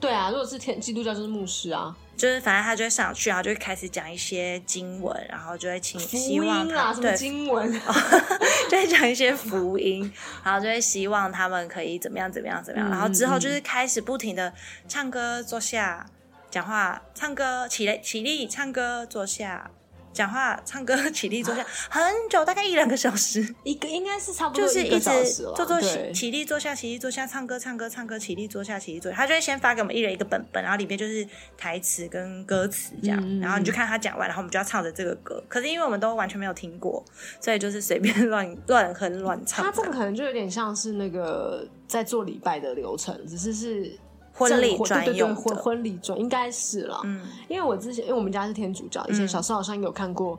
S2: 对啊！如果是天基督教就是牧师啊，
S1: 就是反正他就会上去，然后就会开始讲一些经文，然后就会请
S2: 福
S1: 希望
S2: 音
S1: 他
S2: 啦，什么
S1: 对
S2: 经文啊，
S1: 就会讲一些福音，然后就会希望他们可以怎么样怎么样怎么样，
S2: 嗯
S1: 然后之后就是开始不停的唱歌、坐下、讲话、唱歌、起来、起立、唱歌、坐下、讲话、唱歌、起立、
S2: 啊
S1: 坐下，很久，大概一两个小时，
S2: 一个应该是差不多
S1: 就是
S2: 个
S1: 一直
S2: 小时了，
S1: 做做起
S2: 对
S1: 起立、坐下、起立、坐下，唱歌、唱歌、唱歌，起立、坐下、起立、坐下，他就会先发给我们一人一个本本，然后里面就是台词跟歌词这样，
S2: 嗯嗯嗯
S1: 然后你就看他讲完，然后我们就要唱着这个歌，可是因为我们都完全没有听过，所以就是随便 乱乱哼乱唱
S2: 他。这个可能就有点像是那个在做礼拜的流程，只是是
S1: 婚礼
S2: 证婚
S1: 专
S2: 对对对
S1: 用
S2: 婚
S1: 的，
S2: 婚礼专应该是了，
S1: 嗯，
S2: 因为我之前因为我们家是天主教，以前小时候好像有看过，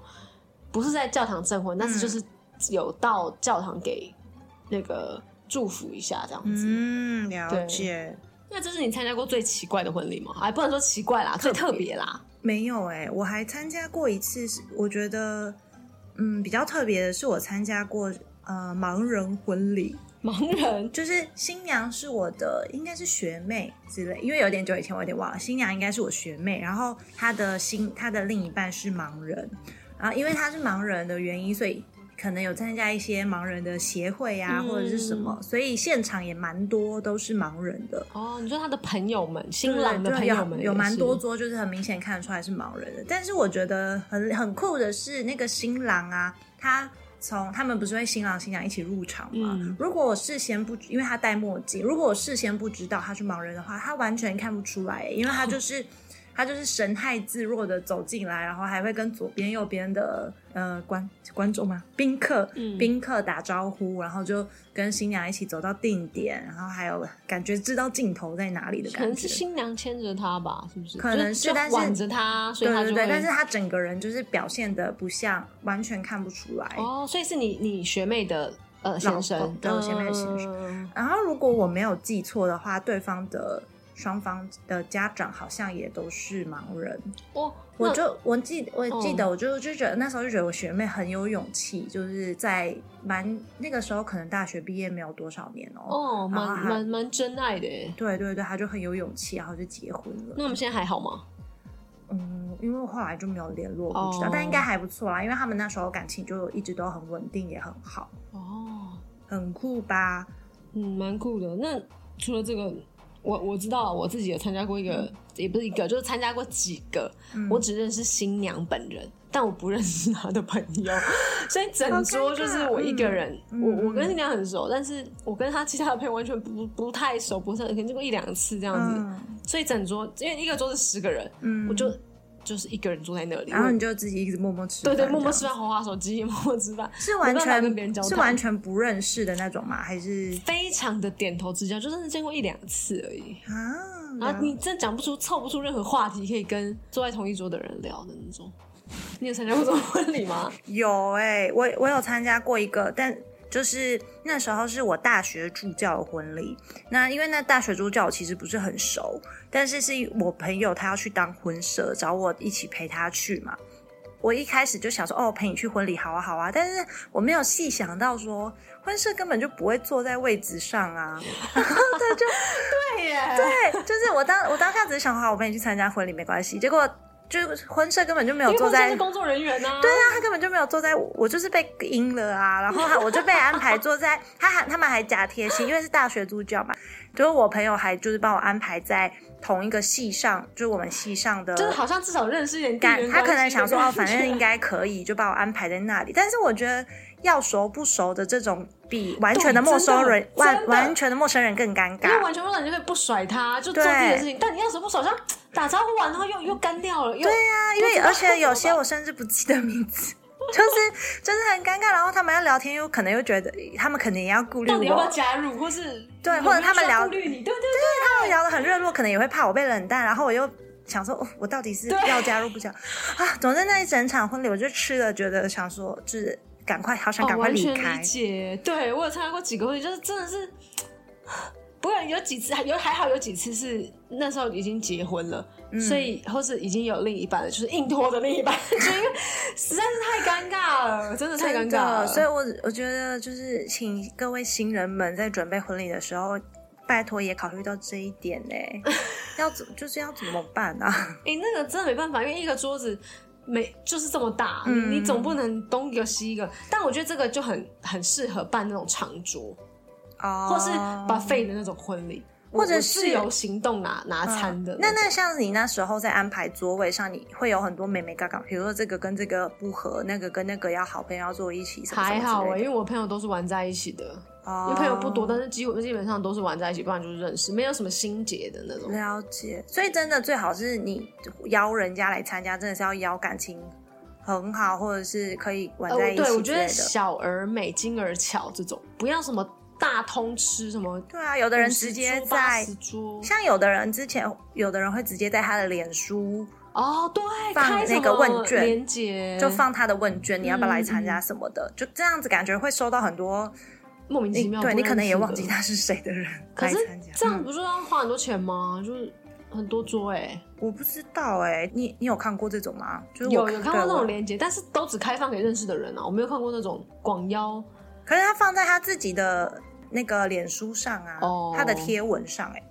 S2: 不是在教堂证婚，但是就是有到教堂给那个祝福一下这样子。
S1: 嗯，了
S2: 对
S1: 解。
S2: 那这是你参加过最奇怪的婚礼吗？哎，不能说奇怪啦，最特别啦。
S1: 没有哎、我还参加过一次是，我觉得嗯比较特别的是，我参加过呃盲人婚礼，
S2: 盲人
S1: 就是新娘是我的应该是学妹之类，因为有点久以前我有点忘了，新娘应该是我学妹，然后她的新她的另一半是盲人，然后因为她是盲人的原因，所以。可能有参加一些盲人的协会啊，
S2: 嗯
S1: 或者是什么，所以现场也蛮多都是盲人的。
S2: 哦，你说他的朋友们，新
S1: 对
S2: 郎的
S1: 对
S2: 朋
S1: 有
S2: 友们
S1: 有
S2: 也
S1: 蛮
S2: 是
S1: 多桌，就是很明显看得出来是盲人的。但是我觉得很很酷的是，那个新郎啊，他从他们不是会新郎新娘一起入场吗？
S2: 嗯
S1: 如果我事先不，因为他戴墨镜，如果我事先不知道他是盲人的话，他完全看不出来，欸因为他 就是。他就是神态自若的走进来，然后还会跟左边、右边的呃观观众嘛，宾客、
S2: 嗯
S1: 宾客打招呼，然后就跟新娘一起走到定点，然后还有感觉知道镜头在哪里的
S2: 可
S1: 感觉。
S2: 能是新娘牵着他吧，是不是？
S1: 可能是
S2: 就就
S1: 但是
S2: 挽着他，所以
S1: 对
S2: 他
S1: 对
S2: 就
S1: 对，
S2: 会
S1: 但是他整个人就是表现的不像，完全看不出来。
S2: 哦，所以是你你学妹的呃先
S1: 老
S2: 生嗯
S1: 公，对我学妹的先生
S2: 生，
S1: 然后如果我没有记错的话，对方的双方的家长好像也都是盲人。
S2: 哦，
S1: 我
S2: 那哦
S1: 就我记我记得，我就就觉得那时候就觉得我学妹很有勇气，就是在蛮那个时候可能大学毕业没有多少年哦。
S2: 哦，蛮
S1: 啊
S2: 蛮蛮真爱的耶。
S1: 对对对，她就很有勇气，然后就结婚了。
S2: 那我们现在还好吗？
S1: 嗯，因为后来就没有联络，我不知道
S2: 哦
S1: 但应该还不错啦，因为他们那时候感情就一直都很稳定，也很好，
S2: 哦，
S1: 很酷吧？
S2: 嗯，蛮酷的。那除了这个，我我知道我自己有参加过一个，也不是一个，就是参加过几个。
S1: 嗯
S2: 我只认识新娘本人，但我不认识她的朋 友，所以整桌就是我一个人。
S1: 嗯
S2: 我
S1: 嗯
S2: 我跟新娘很熟，但是我跟她其他的朋友完全不不太熟，不是很可能见过一两次这样子。
S1: 嗯
S2: 所以整桌因为一个桌是十个人，
S1: 嗯
S2: 我就就是一个人坐在那里，
S1: 然后你
S2: 我
S1: 就自己一直默默吃
S2: 对
S1: 饭，
S2: 对，默默吃
S1: 这样，
S2: 饭，滑滑手机，默默吃饭，
S1: 是完
S2: 没办法跟别人
S1: 全
S2: 交谈
S1: 是完全不认识的那种吗？还是
S2: 非常的点头之交，就真的见过一两次而已。
S1: 啊？
S2: 然后你真的讲不出、凑不出任何话题可以跟坐在同一桌的人聊的那种。你有参加过这种婚礼吗？
S1: 有哎、我我有参加过一个，但就是那时候是我大学助教的婚礼。那因为那大学助教我其实不是很熟，但是是我朋友他要去当婚社，找我一起陪他去嘛。我一开始就想说，哦，陪你去婚礼，好啊，好啊。但是我没有细想到说，婚社根本就不会坐在位置上啊。
S2: 对耶，
S1: 对，就是我当我当下只是想，好，我陪你去参加婚礼没关系。结果就是婚社根本就没有
S2: 因为
S1: 坐
S2: 公司
S1: 在
S2: 是工作人员呐、啊。
S1: 对啊，他根本就没有坐在我，我就是被阴了啊！然后他我就被安排坐在他还他们还假贴心，因为是大学助教嘛，就是我朋友还就是帮我安排在同一个系上，就是我们系上的
S2: 就是好像至少认识一点地
S1: 感，
S2: 缘
S1: 他可
S2: 关
S1: 能
S2: 系
S1: 想
S2: 的
S1: 说
S2: 感
S1: 哦，反
S2: 觉
S1: 正应该可以，就把我安排在那里。但是我觉得要熟不熟的这种，比完全的
S2: 对
S1: 陌
S2: 真的
S1: 生人完
S2: 真的
S1: 完全的陌生人更尴
S2: 因为
S1: 尬。
S2: 完全不然，你就可以不甩他，就做
S1: 啊对
S2: 自己的事情。但你要是不手上打招呼完，然后又又干掉了，又对呀、
S1: 啊因为而且有些我甚至不记得名字。就是就是很尴尬，然后他们要聊天，又可能又觉得他们可能也要顾虑
S2: 到底要不
S1: 我
S2: 要，加入，或是
S1: 对
S2: 有
S1: 或者
S2: 没有
S1: 他们
S2: 需要
S1: 聊
S2: 顾虑你，对对对，
S1: 他们聊得很热络，可能也会怕我被冷淡，然后我又想说，哦、我到底是
S2: 对
S1: 要加入不加入啊？总之那一整场婚礼，我就吃了，觉得想说，就是赶快，好想赶
S2: 哦
S1: 快
S2: 完
S1: 离
S2: 全
S1: 开。
S2: 理解。对我有参加过几个婚礼，就是真的是，不过有几次有还好有几次是那时候已经结婚了，
S1: 嗯
S2: 所以或是已经有另一半了，就是硬拖着另一半， 就因为实在是太尴尬了，真的太尴
S1: 真
S2: 尬了。
S1: 的，所以我我觉得就是请各位新人们在准备婚礼的时候，拜托也考虑到这一点呢、 要怎就是要怎么办啊？
S2: 哎、那个真的没办法，因为一个桌子没就是这么大，你
S1: 嗯
S2: 你总不能东一个西一个。但我觉得这个就很很适合办那种长桌，
S1: 哦，
S2: 或是把费的那种婚礼，我
S1: 或者
S2: 我
S1: 是嗯
S2: 自由行动拿拿餐的
S1: 那
S2: 种
S1: 那像你那时候在安排桌位上，你会有很多美眉嘎嘎，比如说这个跟这个不合，那个跟那个要好朋友要坐一起，什么
S2: 还好
S1: 哎、
S2: 哎、因为我朋友都是玩在一起的，因
S1: 哦
S2: 为朋友不多，但是几乎基本上都是玩在一起，不然就是认识，没有什么心结的那种。
S1: 了解，所以真的最好是你邀人家来参加，真的是要邀感情很好，或者是可以玩
S2: 呃，
S1: 在一
S2: 对，我
S1: 起之
S2: 觉
S1: 类
S2: 得
S1: 的。
S2: 小而美，精而巧这种，不要什么大通吃什么，
S1: 对啊，有的人直接在
S2: 十，桌
S1: 像有的人之前，有的人会直接在他的脸书
S2: 哦，对，
S1: 放
S2: 哦开什
S1: 那个
S2: 么
S1: 问卷
S2: 连接
S1: 就放他的问卷，你要不要来参
S2: 嗯
S1: 加什么的，就这样子，感觉会收到很多
S2: 莫名其
S1: 你
S2: 妙，
S1: 对
S2: 不
S1: 你
S2: 认
S1: 可能也
S2: 识
S1: 忘
S2: 的
S1: 记他是谁的人
S2: 可
S1: 来
S2: 是
S1: 参加。
S2: 这样
S1: 嗯
S2: 不是要花很多钱吗？就是很多桌哎、
S1: 我不知道哎、你你有看过这种吗？就是我
S2: 有有
S1: 对
S2: 看过那
S1: 我
S2: 种连接，但是都只开放给认识的人啊，我没有看过那种广邀
S1: 可是他放在他自己的那个脸书上啊，
S2: 哦
S1: 他的贴文上哎、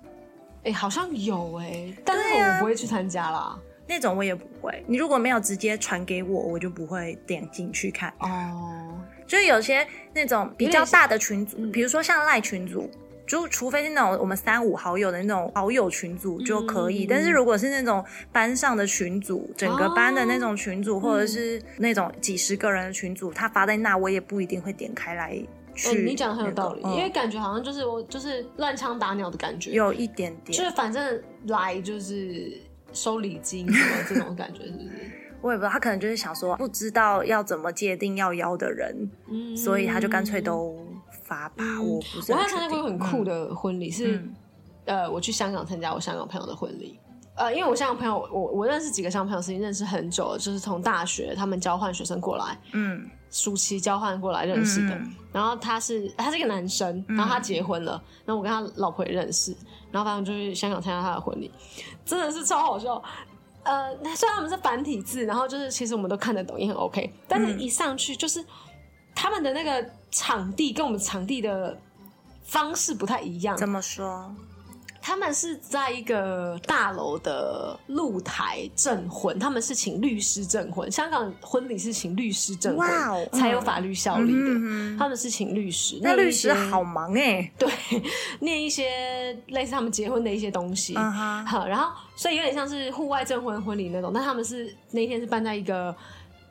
S2: 哎、好像有哎、但
S1: 对啊
S2: 那种我不会去参加啦。
S1: 那种我也不会。你如果没有直接传给我，我就不会点进去看。
S2: 哦，
S1: 就是有些那种比较大的群组
S2: 有点像嗯，
S1: 比如说像赖群组。就除非是那种我们三五好友的那种好友群组就可以，
S2: 嗯
S1: 但是如果是那种班上的群组，整个班的那种群
S2: 嗯
S1: 组，或者是那种几十个人的群组，他发在那，我也不一定会点开来去
S2: 哎、
S1: 那个、
S2: 你讲的很有道理，
S1: 嗯
S2: 因为感觉好像就是我就是乱枪打鸟的感觉，
S1: 有一点
S2: 就
S1: 点，
S2: 是反正来就是收礼金什么这种感觉，是 不是？
S1: 我也不知道，他可能就是想说不知道要怎么界定要邀的人，
S2: 嗯，
S1: 所以他就干脆。都发吧，
S2: 嗯
S1: 我不是
S2: 我还
S1: 确
S2: 参加过一
S1: 定
S2: 个很酷，的婚礼，是、
S1: 嗯
S2: 呃，我去香港参加我香港朋友的婚礼。呃，因为我香港朋友，我我认识几个香港朋友是已经认识很久了，就是从大学他们交换学生过来，
S1: 嗯
S2: 暑期交换过来认识的。
S1: 嗯嗯
S2: 然后他是他是一个男生，然后他结婚了，然后我跟他老婆也认识，然后反正就去香港参加他的婚礼，真的是超好笑。呃，虽然他们是繁体字，然后就是其实我们都看得懂，也很 OK，但是一上去就是、他们的那个场地跟我们场地的方式不太一
S1: 嗯，
S2: 样
S1: 怎么说？
S2: 他们是在一个大楼的露台证婚，他们是请律师证婚。香港婚礼是请律师证婚
S1: 哇哦嗯
S2: 才有法律效力的，
S1: 嗯哼
S2: 他们是请律师。
S1: 那
S2: 念
S1: 律
S2: 一些
S1: 师好忙哎、
S2: 对，念一些类似他们结婚的一些东西。
S1: 嗯哼，
S2: 好，然后所以有点像是户外证婚婚礼那种，但他们是那一天是办在一个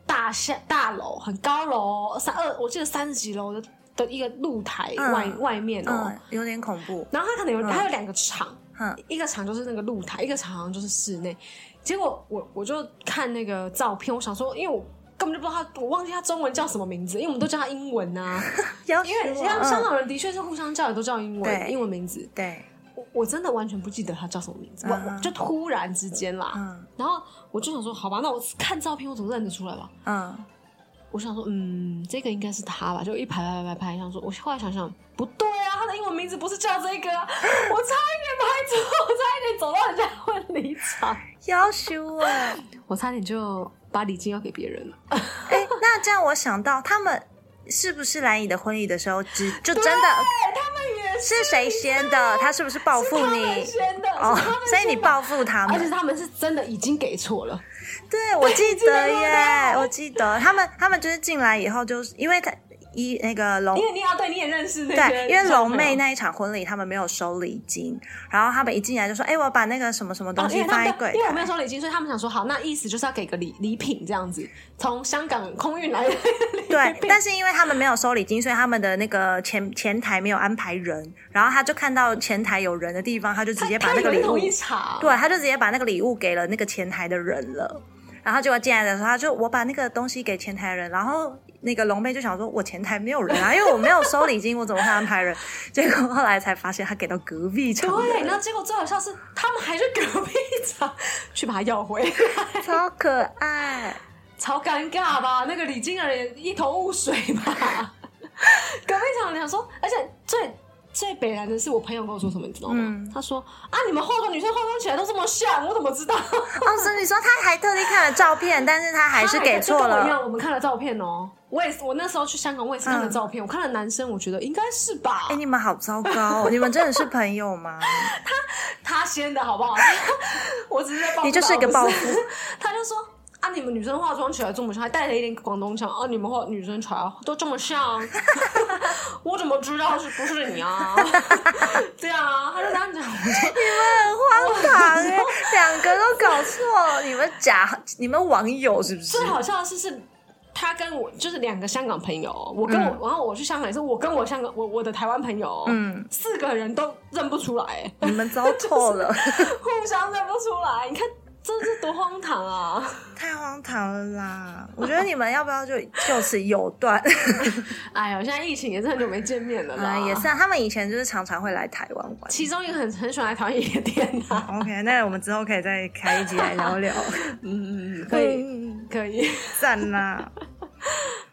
S2: 大厦大楼，很高楼，三二我记得三十几楼的的一个露台
S1: 嗯
S2: 外、外面哦。
S1: 嗯，有点恐怖，
S2: 然后他可能有，他有两个场，
S1: 嗯
S2: 一个场就是那个露台，一个场好像就是室内。结果我我就看那个照片，我想说，因为我根本就不知道他，我忘记他中文叫什么名字，因为我们都叫他英 文啊。
S1: 因
S2: 因为像香港人的确是互相叫，也都叫英文
S1: 对
S2: 英文名字。
S1: 嗯对，
S2: 我我真的完全不记得他叫什么名字，我
S1: 嗯
S2: 我就突然之间啦，
S1: 嗯
S2: 然后我就想说，好吧，那我看照片我总认得出来吧。
S1: 嗯，
S2: 我想说，嗯，这个应该是他吧，就一排排排排排，想说，我后来想想，不对啊，他的英文名字不是叫 这个啊，我差一点拍错，我差一点走到人家婚礼 场，
S1: 要修 哎，
S2: 我差点就把礼金要给别 人了。
S1: 哎，那这样我想到他们是不是来你的婚礼的时候，只就真的
S2: 啊他们也
S1: 是
S2: 是
S1: 谁先的？他是不是报复
S2: 他们
S1: 你？
S2: 先的，
S1: 哦
S2: 是他们，
S1: 所以
S2: 先
S1: 你
S2: 的。
S1: 报哦复他
S2: 而且
S1: 们？
S2: 他们是真的已经给错了，
S1: 对，我记得
S2: 对对
S1: 耶，我记得他们，他们就是进来以后，就是因为他一那个龙
S2: 因为你要对你也认识那些
S1: 对，因为龙妹
S2: 小朋友
S1: 那一场婚礼，他们没有收礼金，然后他们一进来就说：“哎、我把那个什么什么
S2: 哦
S1: 东
S2: 因
S1: 西
S2: 为他
S1: 放在
S2: 们
S1: 柜
S2: 因为我
S1: 台。
S2: 没有收礼金，所以他们想说好，那意思就是要给个礼礼品这样子，从香港空运来的礼品。
S1: 对，但是因为他们没有收礼金，所以他们的那个前前台没有安排人，然后他就看到前台有人的地方，他就直接把那个礼
S2: 他
S1: 物
S2: 以为是同一，场，
S1: 对，他就直接把那个礼物给了那个前台的人了。然后结果进来的时候，他就我把那个东西给前台人，然后那个龙妹就想说，我前台没有人啊，因为我没有收礼金，我怎么会安排人？结果后来才发现他给到隔壁场 的
S2: 对，
S1: 人
S2: 那结果最好笑是他们还是隔壁场 去把它要回 来，
S1: 超可爱。
S2: 超尴尬吧？那个李金儿也一头雾水吧？ 隔壁场的想说，而且最最北然的是我朋友跟我说什么，你知道吗？
S1: 嗯
S2: 他说啊，你们化妆女生化妆起来都这 么像，我怎么知道？
S1: 哦，所以你说他还特地看了照片，但是他还是给错
S2: 就跟我
S1: 了。
S2: 一样，我们看了照片哦。我也是，我那时候去香港，我也是看
S1: 嗯
S2: 了照片。我看了男生，我觉得应该是吧
S1: 哎、，你们好糟糕、哦！你们真的是朋友 吗？
S2: 他先的好不 好？我只是在报复 他
S1: 你就是一个报。复
S2: 我不是 他就说啊，你们女生化妆起来这么像，还带了一点广东腔啊，你们化女生起来都这么像， 我怎么知道是不是你啊？ 对啊，他就这样讲，我就
S1: 很荒唐哎、 两个都搞错，你们假，你们网友是不是啊
S2: 最？好笑的是是。他跟我就是两个香港朋友，我跟我，然后我去香港也是，我跟我香港我我的台湾朋友，
S1: 嗯，
S2: 四个人都认不出来，
S1: 你们糟透了。
S2: 互相认不出来。你看真的是多荒唐啊！
S1: 太荒唐了啦！我觉得你们要不要就就此有 断？
S2: 哎呀，现在疫情也是很久没见面了啦，
S1: 啊，也是。啊，他们以前就是常常会来台湾玩。
S2: 其中一个很很喜欢来讨厌夜店的、啊，
S1: OK，那我们之后可以再开一集来聊 聊。
S2: 嗯嗯嗯，可以
S1: 嗯，
S2: 可以。
S1: 赞啦！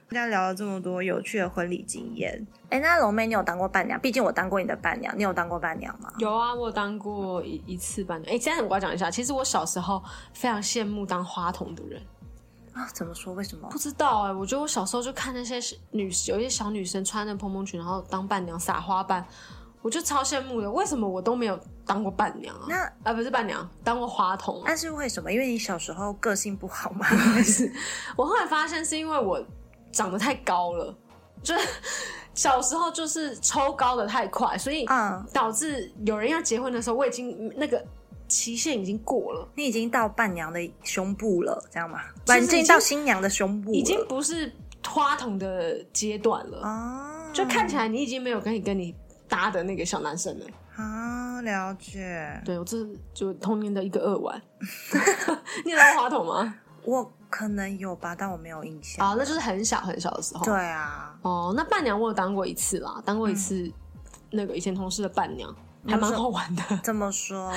S1: 大家聊了这么多有趣的婚礼经验，哎、那龙妹，你有当过伴娘？毕竟我当过你的伴娘，你有当过伴娘吗？
S2: 有啊，我有当过一一次伴娘。哎，这样我要讲一下，其实我小时候非常羡慕当花童的人。
S1: 啊，怎么说？为什么
S2: 不？知道哎、我觉得我小时候就看那些女，有一些小女生穿着蓬蓬裙，然后当伴娘撒花瓣，我就超羡慕的。为什么我都没有当过伴娘啊？
S1: 那
S2: 啊，不是伴娘，当过花童、啊。
S1: 那是为什么？因为你小时候个性不好 吗？
S2: 我后来发现是因为我长得太高了，就是小时候就是抽高的太快，所以
S1: 嗯，
S2: 导致有人要结婚的时候，我已经那个期限已经过了。
S1: 你已经到伴娘的胸部了，这样吗？
S2: 其实
S1: 已经到新娘的胸部了，
S2: 已经不是花童的阶段了，
S1: 啊，
S2: 就看起来你已经没有跟你跟你搭的那个小男生了。
S1: 啊，了解。
S2: 对我这就童年的一个扼腕。 你有当过花童吗？
S1: 我可能有吧，但我没有印象。
S2: 啊，那就是很小很小的时候。
S1: 对啊，
S2: 哦，那伴娘我有当过一次啦，当过一次、那个以前同事的伴娘，还蛮好玩的。
S1: 这么 说，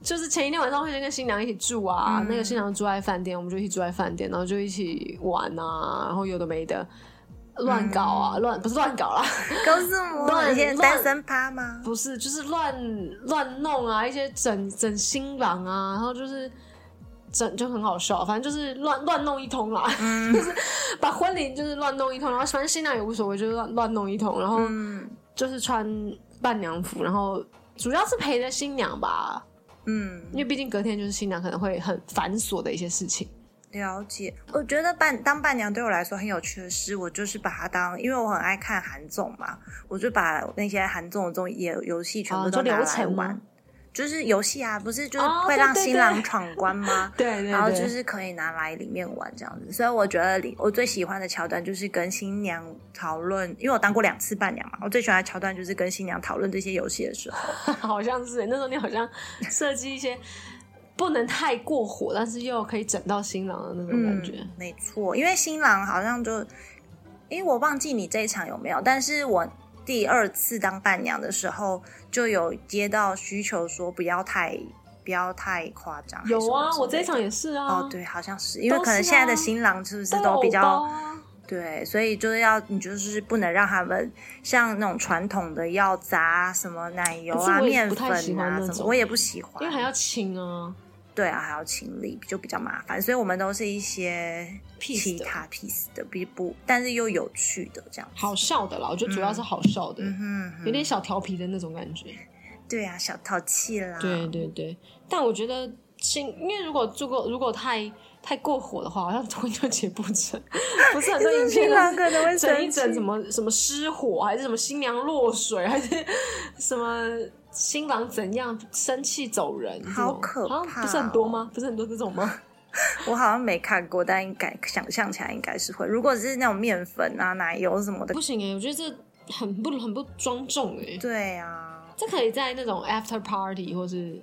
S2: 就是前一天晚上会先跟新娘一起住啊，那个新娘住在饭店，我们就一起住在饭店，然后就一起玩啊，然后有的没的乱搞啊，乱不是乱搞啦，
S1: 告诉我，
S2: 乱
S1: 你现在单身趴吗？
S2: 不是就是乱乱弄啊，一些整整新郎啊，然后就是。整就很好笑，反正就是乱乱弄一通啦， 就是把婚礼就是乱弄一通，然后反正新娘也无所谓，就是乱乱弄一通，然后
S1: 嗯
S2: 就是穿伴娘服，然后主要是陪着新娘吧，
S1: 嗯，
S2: 因为毕竟隔天就是新娘可能会很繁琐的一些事情。
S1: 了解。我觉得伴当伴娘对我来说很有趣的是，我就是把它当，因为我很爱看韩综嘛，我就把那些韩综的综艺游游戏全部
S2: 哦
S1: 都
S2: 就
S1: 拿来
S2: 流程
S1: 玩，
S2: 吗
S1: 就是游戏啊，不是就是
S2: 哦
S1: 会
S2: 对
S1: 让
S2: 对
S1: 新
S2: 对
S1: 郎闯关吗？
S2: 对对
S1: 然后就是可以拿来里面玩这样子。所以我觉得里我最喜欢的桥段就是跟新娘讨论，因为我当过两次伴娘嘛，我最喜欢的桥段就是跟新娘讨论这些游戏的时候。
S2: 好像是那时候你好像设计一些不能太过火，但是又可以整到新郎的那种感觉。
S1: 嗯、没错，因为新郎好像就，因为我忘记你这一场有没有，但是我第二次当伴娘的时候就有接到需求说不要太不要太夸张。还是
S2: 有
S1: 什么
S2: 啊
S1: 之，类
S2: 我这一场也是啊。
S1: 哦，对，好像是因为
S2: 都
S1: 可能
S2: 是
S1: 现在的
S2: 啊
S1: 新郎是不是
S2: 都有
S1: 都比较
S2: 包啊
S1: 对，所以就是要你就是不能让他们像那种传统的要砸什么奶油
S2: 可
S1: 啊、
S2: 是我也
S1: 面
S2: 不
S1: 粉
S2: 太喜欢
S1: 啊
S2: 那
S1: 什么，
S2: 种
S1: 我也不喜欢，
S2: 因为还要亲啊。
S1: 对啊，还要清理就比较麻烦，所以我们都是一些
S2: Piece
S1: 其
S2: 的
S1: 他 piece 的，比不但是又有趣的这样子。
S2: 好笑的啦，我觉得主要是好笑的，
S1: 嗯
S2: 有
S1: 哼，
S2: 点小调皮的那种感觉。
S1: 对啊，小淘气啦。
S2: 对对对，但我觉得新，因为如果做过，如果太太过火的话，好像 婚就结不成，不是很多影片啊
S1: 新郎
S2: 都是
S1: 可能会
S2: 整
S1: 生
S2: 一整
S1: 气
S2: 什。么什么失火，还是什么新娘落水， 还是什么新郎怎样生气走人这种，
S1: 好可
S2: 好像哦
S1: 怕
S2: 不是很多吗？不是很多这种吗？
S1: 我好像没看过，但应该想象起来应该是会。如果是那种面粉啊、奶油什么的
S2: 不，行哎、我觉得这很不很不庄重哎、
S1: 对啊，
S2: 这可以在那种 after party 或是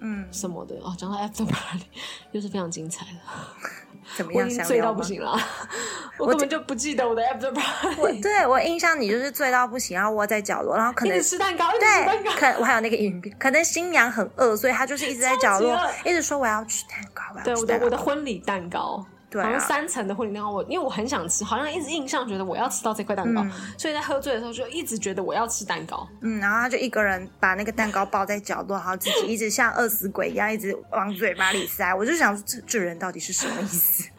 S1: 嗯，
S2: 什么的哦，讲到 after party 又是非常精彩的，
S1: 怎么
S2: 我
S1: 样？
S2: 已经
S1: 想
S2: 醉
S1: 聊
S2: 到
S1: 吗
S2: 不行了，我根本就不记得我的 after party。
S1: 我对我印象你就是醉到不行，然后窝在角落，然后可
S2: 一
S1: 能
S2: 直吃蛋糕，一直吃蛋糕
S1: 对，，可我还有那个影片，可能新娘很饿，所以她就是一直在角落
S2: 超级
S1: 一直说我要吃蛋糕，我要
S2: 对
S1: 吃
S2: 我
S1: 蛋糕。
S2: 的我的婚礼蛋糕，
S1: 对啊
S2: 好像三层的婚礼蛋糕，我因为我很想吃，好像一直印象觉得我要吃到这块蛋糕，所以在喝醉的时候就一直觉得我要吃蛋糕，
S1: 嗯，然后她就一个人把那个蛋糕抱在角落，然后自己一直像饿死鬼一样一直往嘴巴里塞。我就想说这这人到底是什么意思？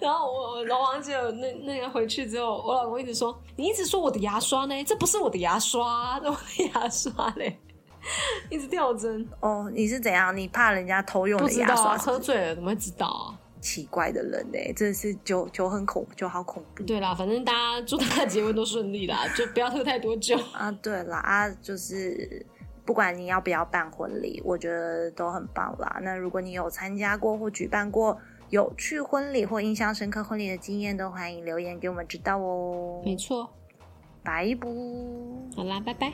S2: 然后我我老王记得那那个回去之后，我老公一直说你一直说我的牙刷呢，这不是我的牙刷，这我的牙刷嘞， 一直掉针，
S1: 哦，你是怎样？你怕人家偷用
S2: 不
S1: 你的
S2: 知
S1: 牙
S2: 道
S1: 刷
S2: 啊，
S1: 是不
S2: 喝
S1: 是？
S2: 醉了怎么会知道啊？
S1: 奇怪的人呢、真的是酒酒很恐酒好恐怖
S2: 对啦，反正大家祝大家结婚都顺利啦，就不要喝太多酒。
S1: 啊！对啦，啊，就是。不管你要不要办婚礼，我觉得都很棒啦。那如果你有参加过或举办过有趣婚礼或印象深刻婚礼的经验，都欢迎留言给我们知道哦。
S2: 没错，
S1: 拜拜。
S2: 好啦，拜拜。